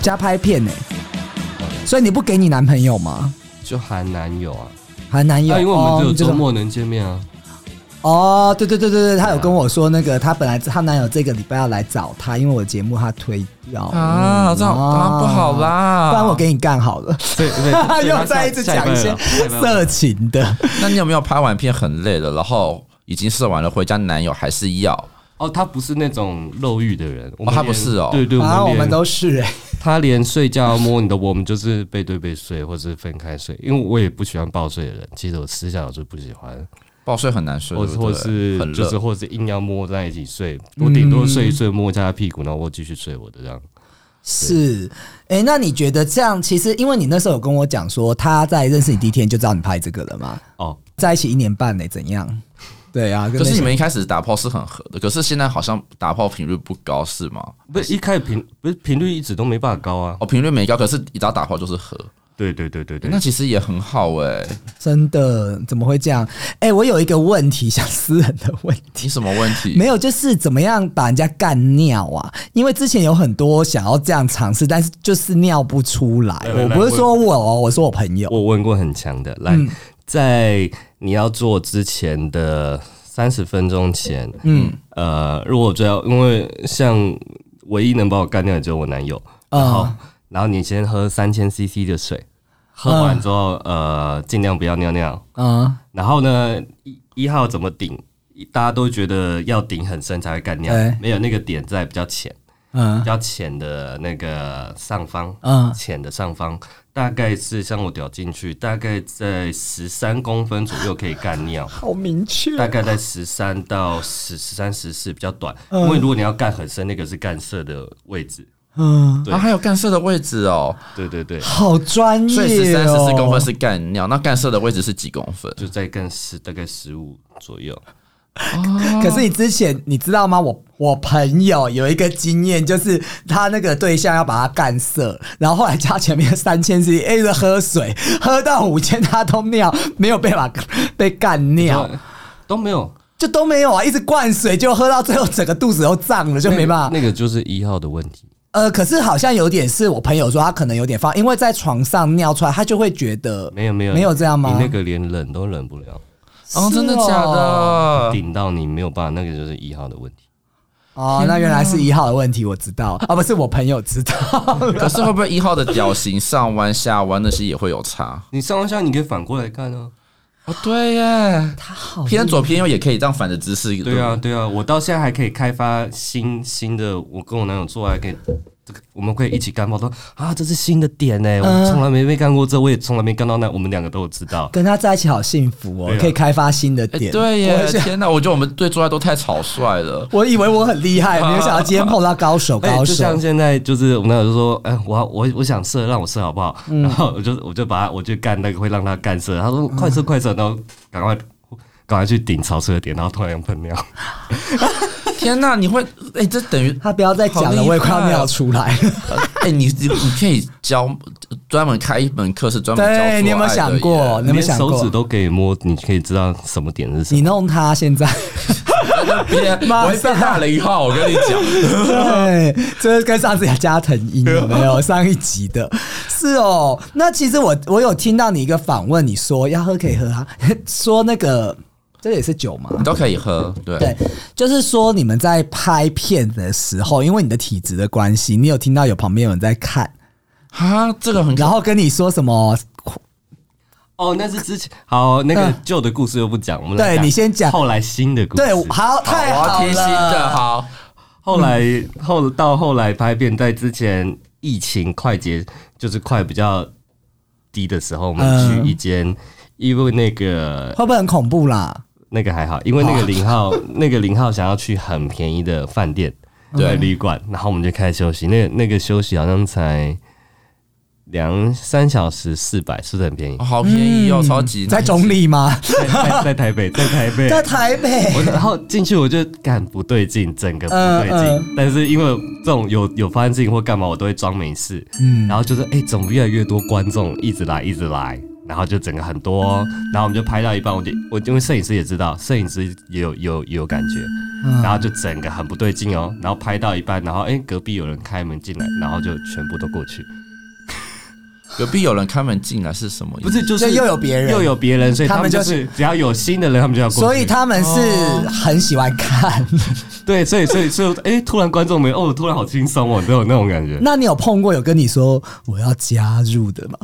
Speaker 3: 加拍片呢、所以你不给你男朋友吗？
Speaker 1: 就含男友啊，
Speaker 3: 还男友？
Speaker 1: 那因为我们只有
Speaker 3: 哦
Speaker 1: 周末能见面啊，
Speaker 3: 哦，对对对对对，她有跟我说那个，她本来她男友这个礼拜要来找她，因为我节目她推要，
Speaker 6: <laughs> 啊，这样当然不好啦。
Speaker 3: 不然我给你干好了。，
Speaker 1: 对 <laughs> 对
Speaker 3: <laughs> 又在一直讲一些色情的，
Speaker 6: 那你有没有拍完片很累了，然后已经射完了，回家男友还是要？
Speaker 1: 哦，他不是那种漏欲的人，我们
Speaker 6: 哦他
Speaker 1: 连
Speaker 6: 不是哦
Speaker 1: 对对，
Speaker 3: 然后我
Speaker 1: 连
Speaker 3: 们都是哎，
Speaker 1: 他连睡觉摸你的，我们就是背对背睡，或是分开睡，因为我也不喜欢抱睡的人，其实我私下我是不喜欢，
Speaker 6: 抱睡很难睡，
Speaker 1: 或
Speaker 6: 对
Speaker 1: 是
Speaker 6: 不
Speaker 1: 或
Speaker 6: 对
Speaker 1: 是
Speaker 6: 很
Speaker 1: 就是
Speaker 6: 热。
Speaker 1: 或是硬要摸在一起睡，我顶多睡一
Speaker 3: 嗯
Speaker 1: 睡摸一下他屁股，然后我继续睡我的这样。
Speaker 3: 是哎，那你觉得这样？其实因为你那时候有跟我讲说，他在认识你第一天就知道你拍这个了嘛，
Speaker 1: 哦，
Speaker 3: 在一起一年半呢，怎样？对啊，
Speaker 6: 可
Speaker 3: 可
Speaker 6: 是你们一开始打炮是很合的，可是现在好像打炮频率不高，是吗？
Speaker 1: 不是一开始频不是频率一直都没办法高啊。
Speaker 6: 哦，频率没高，可是一到打炮就是合，
Speaker 1: 对对对对对
Speaker 6: 那，其实也很好哎、
Speaker 3: 真的怎么会这样？哎，我有一个问题，想私人的问
Speaker 6: <laughs>
Speaker 3: 题。
Speaker 6: 你什么问题？
Speaker 3: 没有，就是怎么样把人家干尿啊？因为之前有很多想要这样尝试，但是就是尿不出来。
Speaker 1: 来来
Speaker 3: 我不是
Speaker 1: 我
Speaker 3: 说我哦，我说我朋友。嗯
Speaker 1: 我问过很强的，来，在你要做之前的三十分钟前，嗯，呃，如果只要因为像唯一能把我干掉的只有我男友，
Speaker 3: 啊
Speaker 1: 然后、然后你先喝三千 CC 的水，喝完之后，呃，尽量不要尿尿，
Speaker 3: 嗯，
Speaker 1: 然后呢，一一号怎么顶？大家都觉得要顶很深才会干尿
Speaker 3: 对，
Speaker 1: 没有那个点在比较浅，
Speaker 3: 哎嗯
Speaker 1: 比较浅的那个上方，
Speaker 3: 嗯，
Speaker 1: 浅的上方大概是像我屌进去，大概在十三公分左右可以干尿
Speaker 3: <laughs> 好明确
Speaker 1: 大概在十三到十十三十四比较短，因为如果你要干很深，那个是干射的位置，
Speaker 3: 嗯，
Speaker 1: 对
Speaker 6: 啊，还有干涉的位置哦，
Speaker 1: 对对对，
Speaker 3: 好专业、哦。
Speaker 6: 所以十三、十四公分是干尿，那干涉的位置是几公分？
Speaker 1: 就在更十大概十五左右，
Speaker 3: <laughs> 可是你之前你知道吗？我我朋友有一个经验，就是他那个对象要把他干涩，然后后来加前面三千 c 一直喝水，喝到五千他都尿，没有被把被干尿。
Speaker 1: 都没有，
Speaker 3: 就都没有啊，一直灌水，就喝到最后整个肚子都胀了，就没办法。
Speaker 1: 那个就是一号的问题。
Speaker 3: 呃，可是好像有点是我朋友说他可能有点放，因为在床上尿出来，他就会觉得
Speaker 1: 没有没有
Speaker 3: 没有这样吗？
Speaker 1: 你那个连忍都忍不了，
Speaker 6: 哦，真的
Speaker 3: 是哦
Speaker 6: 假的？
Speaker 1: 顶到你没有办法，那个就是一号的问题。
Speaker 3: 哦，那原来是一号的问题，我知道啊，不是我朋友知道。
Speaker 1: <laughs>
Speaker 6: 可是会不会一号的屌型上弯、下弯那些也会有差？
Speaker 1: 你上完下你可以反过来看啊。
Speaker 6: 哦，对耶，偏左偏右也可以这样反着姿势。
Speaker 1: 对啊，
Speaker 6: 不，
Speaker 1: 对啊，我到现在还可以开发新新的，我跟我男友做爱可以，这个我们可以一起干爆。他说啊，这是新的点呢、欸
Speaker 3: 嗯
Speaker 1: 我从来没被干过这，我也从来没干到那，我们两个都有知道。
Speaker 3: 跟他在一起好幸福哦，
Speaker 1: 对啊
Speaker 3: 可以开发新的
Speaker 6: 哎、
Speaker 3: 点。
Speaker 6: 对耶
Speaker 3: 我，想
Speaker 6: 天哪！我觉得我们对做爱都太草率了。
Speaker 3: 我以为我很厉
Speaker 1: <laughs>
Speaker 3: 害，没有想到今天碰到高手，
Speaker 1: 哎、
Speaker 3: 高
Speaker 1: 就
Speaker 3: 手。
Speaker 1: 像现在就是我们男友就说，哎、我要我我想射，让我射好不好？
Speaker 3: 嗯嗯
Speaker 1: 然后我就我就把他我就干那个会让他干射，他说快射快射，然后赶快赶快去顶潮湿的点，然后突然喷尿。
Speaker 6: 天哪，你会哎、这等于
Speaker 3: 他不要再讲了，
Speaker 6: 好厉害哦
Speaker 3: 我也快要尿出来
Speaker 1: 啊
Speaker 3: 了。
Speaker 6: 哎、你你你可以教专门开一门课是专门教做爱
Speaker 3: 对
Speaker 6: 的
Speaker 3: 你有没有想过？
Speaker 6: 耶
Speaker 3: 你有没有
Speaker 1: 连
Speaker 3: 想
Speaker 1: 手指
Speaker 3: 过？
Speaker 1: 都可以摸，你可以知道什么点是什
Speaker 3: 你
Speaker 1: 么。
Speaker 3: 弄他
Speaker 1: <laughs>
Speaker 3: 现在，
Speaker 6: 别，
Speaker 3: 马上
Speaker 6: 我会变大零号，我跟你讲。
Speaker 3: 对，就是跟上次讲加藤鹰有没
Speaker 1: <laughs>
Speaker 3: 有上一集的？是哦。那其实我我有听到你一个访问，你说要喝可以喝啊， <laughs> 说那个这也是酒吗？
Speaker 6: 你都可以喝，对，
Speaker 3: 对，就是说你们在拍片的时候，因为你的体质的关系，你有听到有旁边有人在看，
Speaker 6: 啊，这个很
Speaker 3: 然后跟你说什么？
Speaker 1: 哦，那是之前好那个
Speaker 3: 嗯
Speaker 1: 旧的故事又不讲，我们来
Speaker 3: 对你先讲
Speaker 1: 后来新的故事，
Speaker 3: 对，好，太
Speaker 6: 我要
Speaker 3: 好
Speaker 6: 啊贴心的，
Speaker 3: 了。
Speaker 6: 好，
Speaker 1: 后来后到后来拍片，在之前疫情快捷就是快比较低的时候，我们
Speaker 3: 嗯
Speaker 1: 去一间，因为那个
Speaker 3: 会不会很恐怖啦？
Speaker 1: 那个还好，因为那个零号 <laughs> 那个零号想要去很便宜的饭店
Speaker 3: 嗯
Speaker 1: 对旅馆，然后我们就开始休息，那那个休息好像才两三小时四百，是不是很便宜
Speaker 6: 哦？好便宜哦，超级
Speaker 3: 嗯在中立吗？
Speaker 1: 在在在台北，在台北，
Speaker 3: 在台北
Speaker 1: 我然后进去我就感不对劲，整个不对劲。
Speaker 3: 嗯
Speaker 1: 但是因为这种有有发生事情或干嘛，我都会装没事。嗯，然后就是哎、怎么越来越多观众一直来一直来，然后就整个很多、
Speaker 3: 嗯
Speaker 1: 然后我们就拍到一半，我就我因为摄影师也知道，摄影师也有有有感觉，
Speaker 3: 嗯
Speaker 1: 然后就整个很不对劲哦。然后拍到一半，然后哎、隔壁有人开门进来，然后就全部都过去。
Speaker 6: 隔壁有人开门进来是什么意思？
Speaker 1: 不是就
Speaker 3: 就是又有别人
Speaker 1: 又有别人，所以
Speaker 3: 他
Speaker 1: 他
Speaker 3: 们
Speaker 1: 们就是只要有新的人，他们就要过去。
Speaker 3: 所以他们是很喜欢看。
Speaker 1: <laughs> 对，所以所以所以，哎、突然观众没有哦，突然好轻松哦，都有那种感觉。
Speaker 3: 那你有碰过有跟你说我要加入的吗？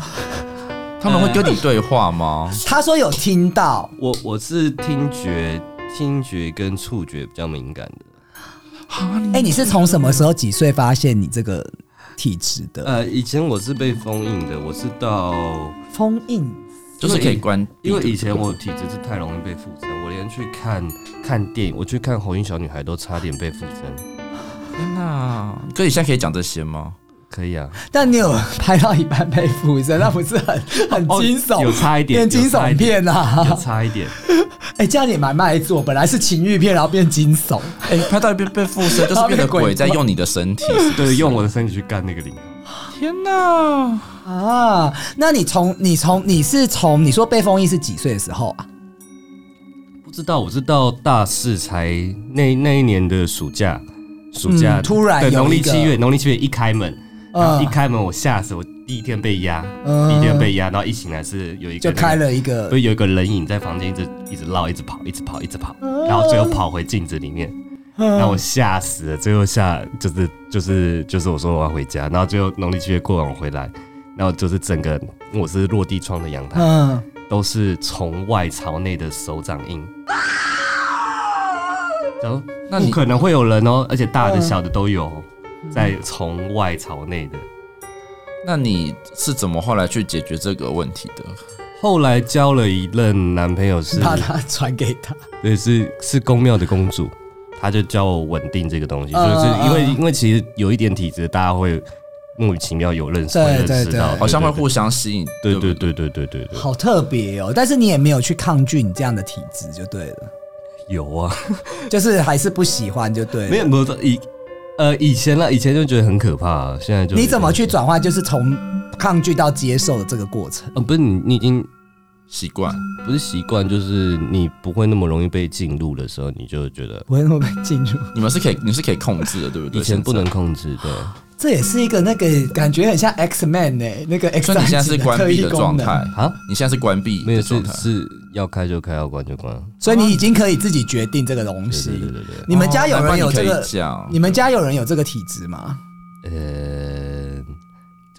Speaker 1: 呃
Speaker 6: 他们会跟你对话吗？
Speaker 3: 他说有听到，
Speaker 1: 我我是听觉、听觉跟触觉比较敏感的。
Speaker 3: 哎、你是从什么时候几岁发现你这个体质的？
Speaker 1: 呃，以前我是被封印的，我是到
Speaker 3: 封印
Speaker 6: 就是可以关
Speaker 1: 因
Speaker 6: 闭的，
Speaker 1: 为以前我体质是太容易被附身，我连去看看电影，我去看《红衣小女孩》都差点被附身。
Speaker 6: 那哥，你现在可以讲这些吗？
Speaker 1: 可以 <laughs> 啊，
Speaker 3: 但你有拍到一半被附身，那不是很很
Speaker 1: 哦
Speaker 3: 惊悚、
Speaker 1: 有差一点
Speaker 3: 变惊
Speaker 1: 有差一
Speaker 3: 悚
Speaker 1: 点
Speaker 3: 片啊！
Speaker 1: 有差一点。
Speaker 3: 哎、这样也蛮卖座，本来是情欲片，然后变惊悚，
Speaker 6: <laughs> 哎，拍到一被被附身，就是变得鬼在用你的身体。
Speaker 1: 对，用我的身体去干那个灵。
Speaker 6: 天哪！
Speaker 3: 啊！那你从你从你是从你说被封印是几岁的时候啊？
Speaker 1: 不知道，我是到大四才那那一年的暑假，暑假、
Speaker 3: 嗯突然
Speaker 1: 对
Speaker 3: 有
Speaker 1: 农历
Speaker 3: 一个
Speaker 1: 七月，农历七月一开门，
Speaker 3: 嗯
Speaker 1: 然后一开门我吓死，我第一天被压，
Speaker 3: 嗯
Speaker 1: 第一天被压，然后一醒来是有一个
Speaker 3: 就
Speaker 1: 那个
Speaker 3: 开，了一个
Speaker 1: 对，有一个人影在房间一直一直绕，一直跑，一直跑，一直跑，
Speaker 3: 嗯
Speaker 1: 然后最后跑回镜子里面。让我吓死了，最后吓就是就是就是我说我要回家，然后最后农历七月过完我回来，然后就是整个我是落地窗的阳台，
Speaker 3: 嗯，
Speaker 1: 都是从外朝内的手掌 <laughs> 印。然后，那
Speaker 6: 你
Speaker 1: 你可嗯能会有人哦，而且大的小的都有，在从外朝内的。
Speaker 6: 那你是怎么后来去解决这个问题的？
Speaker 1: 后来交了一任男朋友 <laughs> 是，
Speaker 3: 把它传给他。
Speaker 1: 对，是是宫庙的公主，她就教我稳定这个东西，
Speaker 3: 嗯
Speaker 1: 就是因为
Speaker 3: 嗯
Speaker 1: 因为其实有一点体质，大家会莫名其妙有认识，
Speaker 3: 对
Speaker 1: 会认识
Speaker 3: 对
Speaker 1: 到，
Speaker 3: 对
Speaker 6: 好像会互相吸引，
Speaker 1: 对，
Speaker 6: 不
Speaker 1: 对对对对对对对，
Speaker 3: 好特别哦，但是你也没有去抗拒你这样的体质就对了，
Speaker 1: 有啊。
Speaker 3: 就是还是不喜欢就对了。
Speaker 1: 没有，没有以呃以前啦，以前就觉得很可怕、啊现在就
Speaker 3: 你怎么去？转换，就是从抗拒到接受的这个过程。
Speaker 1: 呃，不是你，你已经
Speaker 6: 习惯。
Speaker 1: 不是习惯，就是你不会那么容易被进入的时候，你就觉得
Speaker 3: 我会不会进入？
Speaker 6: 你们是可以，你是可以控制的，对不对？
Speaker 1: 以前不
Speaker 6: 现在
Speaker 1: 能控制对，
Speaker 3: 这也是一个那个感觉很像 X Man 哎、那个 X
Speaker 6: 所以你现在
Speaker 3: 战
Speaker 6: 是
Speaker 3: 警
Speaker 6: 关
Speaker 3: 特
Speaker 6: 闭
Speaker 3: 异
Speaker 6: 的
Speaker 3: 功
Speaker 6: 状
Speaker 3: 能 <laughs>
Speaker 6: 态，
Speaker 1: 啊，
Speaker 6: 你现在是关闭
Speaker 1: 没
Speaker 6: 的
Speaker 1: 有
Speaker 6: 状
Speaker 1: 是
Speaker 6: 态。
Speaker 1: 是要开就开，要关就关。
Speaker 3: 所以你已经可以自己决定这个东西。
Speaker 1: 对对对对
Speaker 3: 你们家有人有这
Speaker 6: 哦难怪
Speaker 3: 个
Speaker 6: 你可以？讲
Speaker 3: 你们家有人有这个体质吗？
Speaker 1: 呃，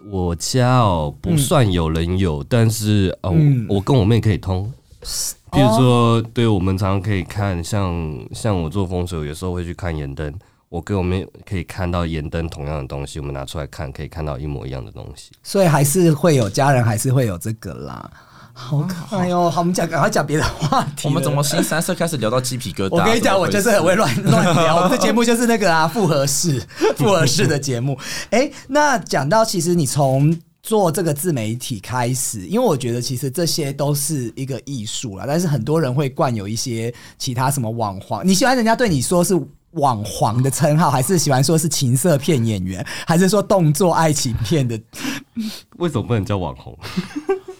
Speaker 1: 我家哦不算有人有，但是哦、
Speaker 3: 嗯
Speaker 1: 我跟我妹可以通。比如说，对我们常常可以看，像像我做风水，有时候会去看岩灯。我跟我妹可以看到岩灯同样的东西，我们拿出来看，可以看到一模一样的东西。
Speaker 3: 所以还是会有家人，还是会有这个啦。好可爱哦哟！好，我们讲，赶快讲别的话题了。
Speaker 6: 我们怎么新三色开始聊到鸡皮疙瘩？
Speaker 3: 我跟你讲，我就是很会乱
Speaker 6: <laughs>
Speaker 3: 乱聊。我们的节目就是那个啊，复合式、复合式的节目。哎、那讲到其实你从做这个自媒体开始，因为我觉得其实这些都是一个艺术啦，但是很多人会惯有一些其他什么网黄，你喜欢人家对你说是。网黄的称号，还是喜欢说是情色片演员，还是说动作爱情片的？
Speaker 1: 为什么不能叫网红？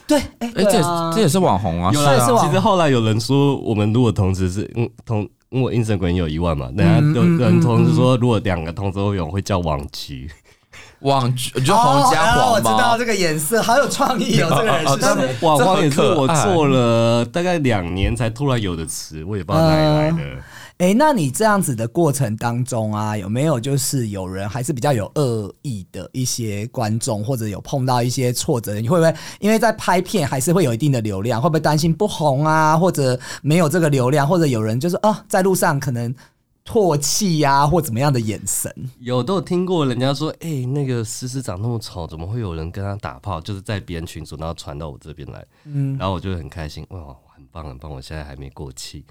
Speaker 3: 对，哎、
Speaker 6: 哎，
Speaker 3: 对
Speaker 6: 这也是
Speaker 3: 啊
Speaker 6: 这也是网红啊，
Speaker 1: 有
Speaker 3: 啦算是网红
Speaker 1: 其实后来有人说，我们如果同时是嗯同，因为 Instagram 有一万嘛，大家有有人同时说，如果两个同时都有，会叫网局。
Speaker 6: 网剧，你说红
Speaker 3: 哦啊
Speaker 6: 加
Speaker 3: 我
Speaker 6: 黄
Speaker 3: 知道
Speaker 6: 吗？
Speaker 3: 这个颜色好有创意哦，这个人
Speaker 6: 哦
Speaker 3: 是
Speaker 6: 这
Speaker 3: 谁？
Speaker 1: 网
Speaker 6: 这
Speaker 1: 网
Speaker 6: 很
Speaker 1: 也是
Speaker 6: 可
Speaker 1: 我
Speaker 6: 爱
Speaker 1: 做了大概两年才突然有的词，我也不知道哪里来的。
Speaker 3: 哎、那你这样子的过程当中啊，有没有就是有人还是比较有恶意的一些观众，或者有碰到一些挫折？你会不会因为在拍片还是会有一定的流量，会不会担心不红啊，或者没有这个流量，或者有人就是哦，在路上可能唾弃呀、啊，或怎么样的眼神？
Speaker 1: 有都有听过人家说，哎、那个思思长那么丑，怎么会有人跟他打炮？就是在别人群组，然后传到我这边来，嗯，然后我就很开心，哇，很棒很棒，我现在还没过气。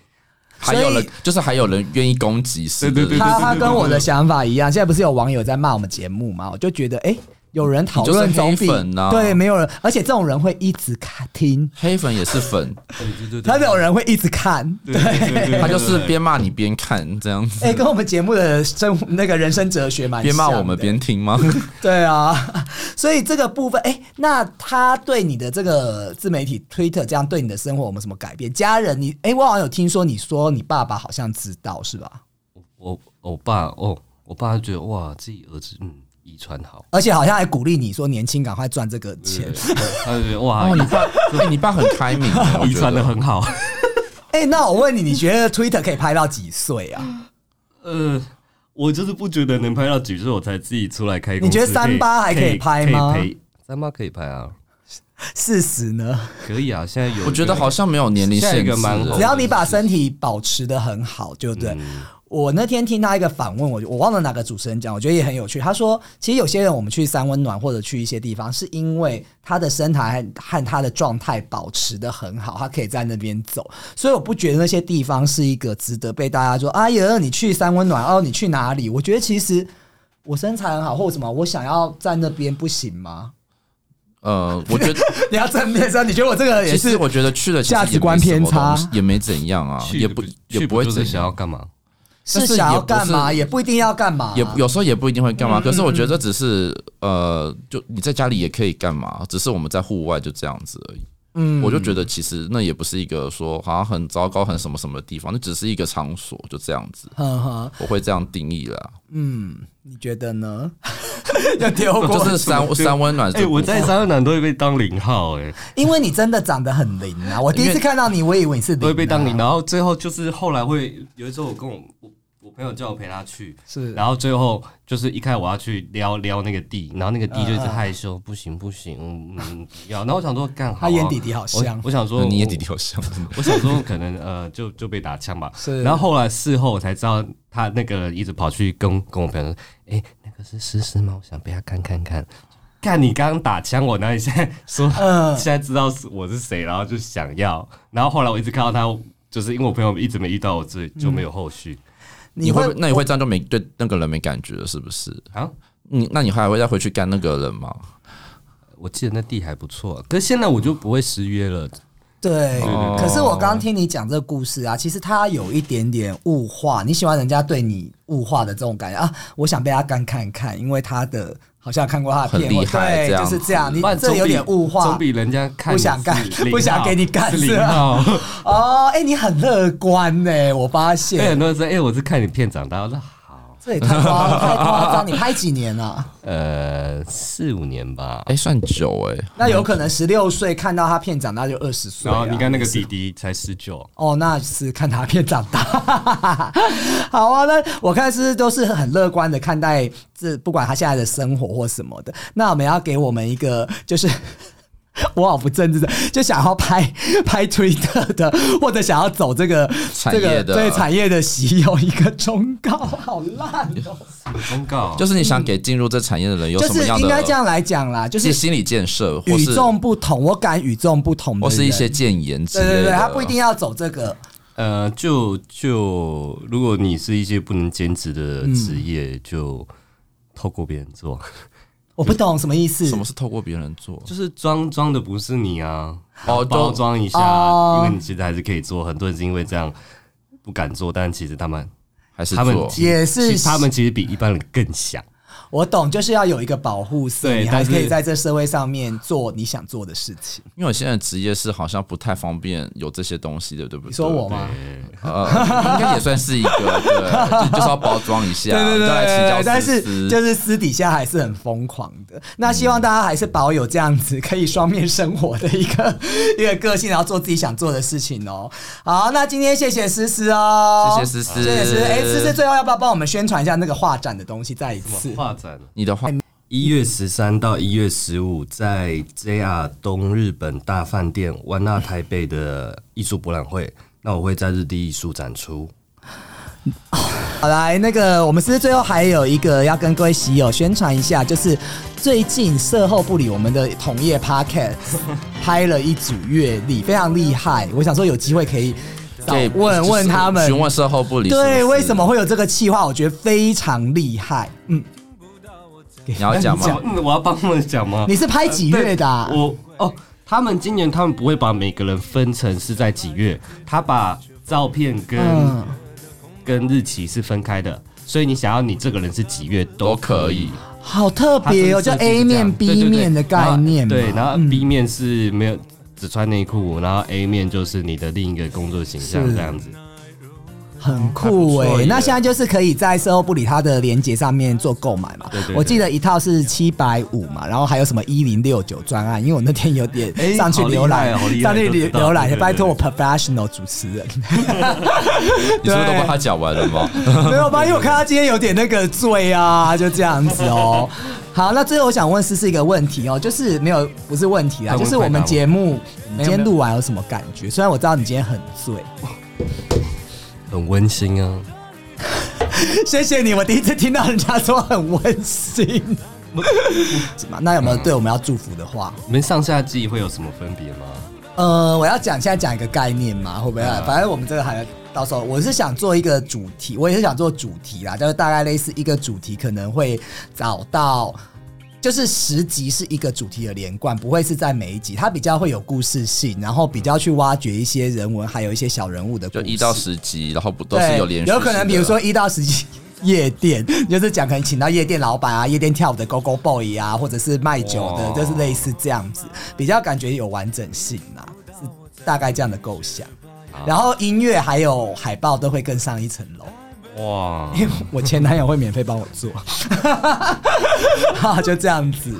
Speaker 6: 还有
Speaker 3: 所以
Speaker 6: 人就是还有人愿意攻击是不是，
Speaker 1: 对对对
Speaker 3: 他
Speaker 1: 对
Speaker 3: 他跟我的想法一样，现在不是有网友在骂我们节目吗？我就觉得哎。诶有人讨论
Speaker 6: 你就是
Speaker 3: 总
Speaker 6: 黑
Speaker 3: 比
Speaker 6: 粉啊
Speaker 3: 对没有人，而且这种人会一直看听，
Speaker 6: 黑粉也是粉，
Speaker 1: 对对
Speaker 3: 他这种人会一直看，对，
Speaker 6: 他就是边骂你边看这样
Speaker 3: <laughs>
Speaker 6: 子，
Speaker 3: 哎、跟我们节目的生那个人生哲学蛮
Speaker 6: 边骂
Speaker 3: 像
Speaker 6: 我们
Speaker 3: 的
Speaker 6: 边听吗？
Speaker 3: <laughs> 对啊，所以这个部分，哎、那他对你的这个自媒体 Twitter 这样对你的生活有没有什么改变？家人你，哎、我好像有听说你说你爸爸好像知道是吧？
Speaker 1: 我我爸哦，我爸觉得哇，自己儿子嗯遗传好，
Speaker 3: 而且好像还鼓励你说年轻赶快赚这个钱。
Speaker 1: 他就觉得哇
Speaker 6: <laughs> 哦，你爸，哎，你爸很开明，啊
Speaker 1: <laughs>
Speaker 6: 我
Speaker 1: 遗
Speaker 6: 觉
Speaker 1: 传的
Speaker 6: 得。
Speaker 1: 很好。
Speaker 3: 哎、那我问你，你觉得 Twitter 可以拍到几岁啊？
Speaker 1: 呃，我就是不觉得能拍到几岁，我才自己出来开公司。
Speaker 3: 你觉得三八还可以拍吗
Speaker 1: 可以陪三八可以拍啊，
Speaker 3: 四十呢？
Speaker 1: 可以啊。现在有一个，
Speaker 6: 我觉得好像没有年龄
Speaker 1: 下一
Speaker 6: 限制
Speaker 1: 个蛮好
Speaker 3: 只
Speaker 1: 的
Speaker 3: 要你把身体保持的很好，对不对？
Speaker 6: 嗯
Speaker 3: 我那天听他一个访问，我我忘了哪个主持人讲，我觉得也很有趣。他说，其实有些人我们去三温暖或者去一些地方，是因为他的身材和和他的状态保持的很好，他可以在那边走。所以我不觉得那些地方是一个值得被大家说，哎呀，你去三温暖哦，你去哪里？我觉得其实我身材很好，或者什么，我想要在那边不行
Speaker 6: <laughs>
Speaker 3: 吗？
Speaker 6: 呃，我觉得
Speaker 3: 你要正面说，你觉得我这个也
Speaker 6: 其实
Speaker 3: 是
Speaker 6: 我觉得去了其实也
Speaker 3: 价值观偏差
Speaker 6: 没什么东西也没怎样啊，
Speaker 1: 去
Speaker 6: 也不
Speaker 1: 去
Speaker 6: 也不会
Speaker 1: 就是
Speaker 6: 怎
Speaker 1: 想
Speaker 6: 样
Speaker 1: 要，干嘛？
Speaker 3: 是
Speaker 6: 但是
Speaker 3: 想
Speaker 6: 也
Speaker 3: 要
Speaker 6: 不
Speaker 3: 干嘛，
Speaker 6: 是
Speaker 3: 也不一定要干嘛，
Speaker 6: 也有时候也不一定会干嘛。可是我觉得只是呃，就你在家里也可以干嘛，只是我们在户外就这样子而已。嗯，我就觉得其实那也不是一个说好像很糟糕、很什么什么的地方，那只是一个场所，就这样子，
Speaker 3: 呵呵，
Speaker 6: 我会这样定义啦。
Speaker 3: 你觉得呢？ <laughs> 要丢过，
Speaker 6: 哦
Speaker 1: 哦
Speaker 6: 就是三三温暖这
Speaker 1: 哎、
Speaker 6: 部分，
Speaker 1: 我在三温暖都会被当零号、哎，
Speaker 3: 因为你真的长得很灵啊！我第一次看到你，我以为你是
Speaker 1: 都
Speaker 3: 灵、
Speaker 1: 会
Speaker 3: 啊，
Speaker 1: 被当零。然后最后就是后来会有一次，我跟我我我朋友叫我陪他去，
Speaker 3: 是
Speaker 1: 然后最后就是一开始我要去撩撩那个弟，然后那个弟就一直害羞，不行不行，嗯嗯不要。然后我想说干好啊、
Speaker 3: 他演弟弟好像
Speaker 1: 我我想说
Speaker 6: 你也
Speaker 1: 我
Speaker 6: 弟弟好像，
Speaker 1: 我想说可能呃就就被打枪吧，
Speaker 3: <laughs> 是
Speaker 1: 然后后来事后我才知道他那个一直跑去跟跟我朋友说，哎、那个是诗诗吗？我想被他看看看。看你刚刚打枪我，然后你现
Speaker 3: <laughs>
Speaker 1: 在说，
Speaker 3: 嗯
Speaker 1: 现在知道是我是谁，然后就想要，然后后来我一直看到他，就是因为我朋友一直没遇到我，所以就
Speaker 3: 嗯
Speaker 1: 没有后续、
Speaker 3: 你
Speaker 6: 你
Speaker 3: 会
Speaker 6: 会那你会这样就没对那个人没感觉了，是不是？
Speaker 1: 啊。
Speaker 6: 你那你还会再回去干那个人吗？
Speaker 1: 我记得那地还不错，可是现在我就不会失约了。
Speaker 3: 对
Speaker 6: 哦
Speaker 3: 可是我刚刚听你讲这个故事啊，其实他有一点点物化，你喜欢人家对你物化的这种感觉啊，我想被他干看看，因为他的好像看过他的片，
Speaker 6: 很厉害
Speaker 3: 对，
Speaker 6: 这样
Speaker 3: 就是这样，你
Speaker 1: 不然
Speaker 3: 这
Speaker 1: 总
Speaker 3: 有
Speaker 1: 比
Speaker 3: 点物化
Speaker 1: 总。比人家看
Speaker 3: 不想
Speaker 1: 你是
Speaker 3: 干
Speaker 1: 零
Speaker 3: 不想
Speaker 1: 号
Speaker 3: 给你干
Speaker 1: 是
Speaker 3: 是
Speaker 1: 零
Speaker 3: 吧
Speaker 1: 号。
Speaker 3: <laughs> 哦，哎、你很乐观呢、我发
Speaker 1: 哎、
Speaker 3: 现，
Speaker 1: 很多人说，哎、我是看你片长大。我说好，
Speaker 3: 这也太夸太夸张，你拍几年啊？
Speaker 1: <laughs> 呃，四五年吧。
Speaker 6: 哎、算久哎、
Speaker 3: 那有可能十六岁看到他片长大就二十岁
Speaker 1: 然
Speaker 3: 啊、
Speaker 1: 后你看那个弟弟才十九，
Speaker 3: 哦，那是看他片长大。 <laughs> 好啊，那我看是都是很乐观的看待这，不管他现在的生活或什么的。那我们要给我们一个就是。 <laughs> 我好不政治的，就想要拍拍 Twitter 的，或者想要走这个
Speaker 6: 产
Speaker 3: 这个
Speaker 6: 业的
Speaker 3: 对产业的喜有一个忠告，好烂哦！
Speaker 1: 忠告
Speaker 6: 就是你想给进入这产业的人有
Speaker 3: 就
Speaker 6: 什么
Speaker 3: 是
Speaker 6: 样的？
Speaker 3: 应该这样来讲啦，就是
Speaker 6: 是心理建设，或
Speaker 3: 与
Speaker 6: 是
Speaker 3: 众不同，我敢与众不同的
Speaker 6: 或
Speaker 3: 人，
Speaker 6: 是一些谏言之
Speaker 3: 对
Speaker 6: 类的。
Speaker 3: 对对，他不一定要走这个，
Speaker 1: 呃，就就如果你是一些不能兼职的职业，就透过别人做。
Speaker 3: 我不懂什么意思。
Speaker 6: 什么是透过别人做？
Speaker 1: <laughs> 就是装装的不是你啊，
Speaker 6: 哦就
Speaker 1: 包装一下，
Speaker 3: 哦
Speaker 1: 因为你其实还是可以做。很多人是因为这样不敢做，但其实他们
Speaker 6: 还是
Speaker 1: 他们
Speaker 6: 做？
Speaker 1: 其实
Speaker 3: 也是
Speaker 1: 其实他们其实比一般人更想。
Speaker 3: 我懂，就是要有一个保护色，
Speaker 1: 对
Speaker 3: 你还
Speaker 1: 但是
Speaker 3: 可以在这社会上面做你想做的事情。
Speaker 6: 因为我现在的职业是好像不太方便有这些东西的，对不对？
Speaker 3: 你说我吗？
Speaker 6: 呃，应该也算是一个，
Speaker 3: <laughs>
Speaker 6: 对，就就是要包装一下，
Speaker 3: 啊
Speaker 6: 再来请教
Speaker 3: 但
Speaker 6: 思
Speaker 3: 是
Speaker 6: 思
Speaker 3: 就是私底下还是很疯狂的。那希望大家还是保有这样子可以双面生活的一个 <laughs> 一个个性，然后做自己想做的事情哦。好，那今天谢谢思思哦，
Speaker 6: 谢谢思思
Speaker 3: 谢谢思思。哎，思思最后要不要帮我们宣传一下那个画展的东西？再一次，
Speaker 1: 画展
Speaker 6: 你的话，
Speaker 1: 一月十三到一月十五，在 JR 东日本大饭店湾纳台北的艺术博览会，那我会在日地艺术展出。
Speaker 3: 好来，那个我们思思最后还有一个要跟各位喜友宣传一下，就是最近售后部里我们的同业 Pocket
Speaker 1: <laughs>
Speaker 3: 拍了一组阅历，非常厉害。我想说有机会可以找
Speaker 6: 给
Speaker 3: 问问他们，
Speaker 6: 询问售后不理，
Speaker 3: 对，
Speaker 6: 是不是
Speaker 3: 为什么？会有这个气话？我觉得非常厉害。嗯，
Speaker 6: 你要讲吗？
Speaker 1: 嗯，我要帮他们讲吗？
Speaker 3: 你是拍几月的、啊？
Speaker 1: 我哦，他们今年他们不会把每个人分成是在几月，他把照片跟、
Speaker 3: 嗯，
Speaker 1: 跟日期是分开的，所以你想要你这个人是几月
Speaker 6: 都
Speaker 1: 都
Speaker 6: 可
Speaker 1: 可以
Speaker 6: 以。。
Speaker 3: 好特
Speaker 1: 它
Speaker 3: 别哦，就
Speaker 1: 真的是
Speaker 3: A
Speaker 1: 这样
Speaker 3: 面、
Speaker 1: 对
Speaker 3: B
Speaker 1: 对对
Speaker 3: 面的概念嘛。
Speaker 1: 对，然后
Speaker 3: 嗯
Speaker 1: B 面是没有只穿内裤，然后 A 面就是你的另一个工作形象
Speaker 3: 是
Speaker 1: 这样子。
Speaker 3: 很酷哎、
Speaker 1: 还不错耶
Speaker 3: 那现在就是可以在售后部里它的链接上面做购买嘛。
Speaker 1: 对对对
Speaker 3: 我记得一套是七百五嘛，然后还有什么一零六九专案，因为我那天有点
Speaker 1: 哎
Speaker 3: 上去浏览，
Speaker 1: 好厉害
Speaker 3: <laughs> 上
Speaker 1: 好厉
Speaker 3: 去
Speaker 1: 害都知道
Speaker 3: 浏览，
Speaker 1: 对对对
Speaker 3: 拜托我 professional 主持人，
Speaker 6: 你是不是都帮他讲完了吗？
Speaker 3: 没有吧？因为我看他今天有点那个醉啊，就这样子
Speaker 1: <laughs>
Speaker 3: 哦。好，那最后我想问思思一个问题哦，就是没有不是问题啦，
Speaker 1: 快问
Speaker 3: 就是我们节目你今天录完有什么感觉？虽然我知道你今天很醉，
Speaker 1: 很温馨啊！
Speaker 3: <laughs> 谢谢你，我第一次听到人家说很温
Speaker 6: <laughs>
Speaker 3: 馨。是吗那有没有对我们要祝福的话？
Speaker 1: 你们上下季会有什么分别吗？
Speaker 3: 呃，我要讲现在讲一个概念嘛，会不会？啊
Speaker 6: 嗯
Speaker 3: 反正我们这个还到时候，我是想做一个主题，我也是想做主题啦，就是大概类似一个主题，可能会找到。就是十集是一个主题的连贯，不会是在每一集，它比较会有故事性，然后比较去挖掘一些人文，还有一些小人物的故
Speaker 6: 就
Speaker 3: 事。
Speaker 6: 一到十集，然后不都
Speaker 3: 对，
Speaker 6: 是有连续性的？
Speaker 3: 可能比如说一到十集夜店， <laughs> 就是讲可能请到夜店老板啊、夜店跳舞的 Go Go Boy 啊，或者是卖酒的，
Speaker 6: 哇
Speaker 3: 就是类似这样子，比较感觉有完整性啊，是大概这样的构想。
Speaker 6: 啊
Speaker 3: 然后音乐还有海报都会更上一层楼， <laughs>
Speaker 1: 哇，
Speaker 3: 因为我前男友会免费帮我做， <laughs> 好就这样子，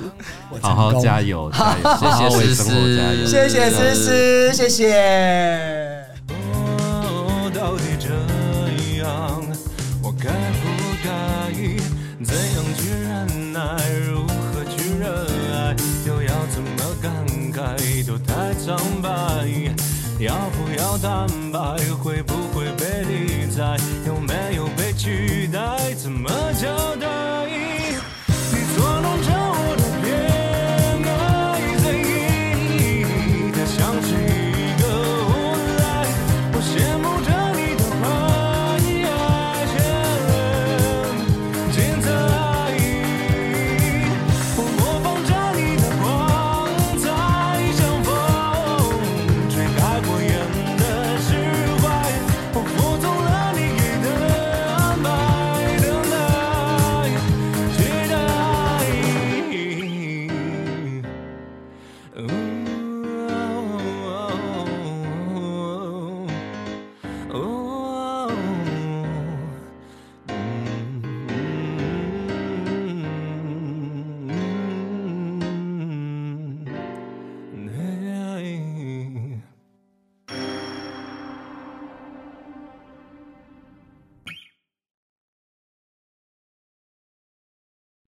Speaker 3: 我成
Speaker 1: 好好
Speaker 3: 功
Speaker 1: 加，油，加
Speaker 3: <laughs>
Speaker 1: 油，好好为生活加油。
Speaker 3: 谢谢思思，谢谢。
Speaker 7: 哦，到底这样，我该不该？怎样去忍耐？如何去热爱？又要怎么感慨？都太苍白。要不要坦白？会不会被理睬？有没有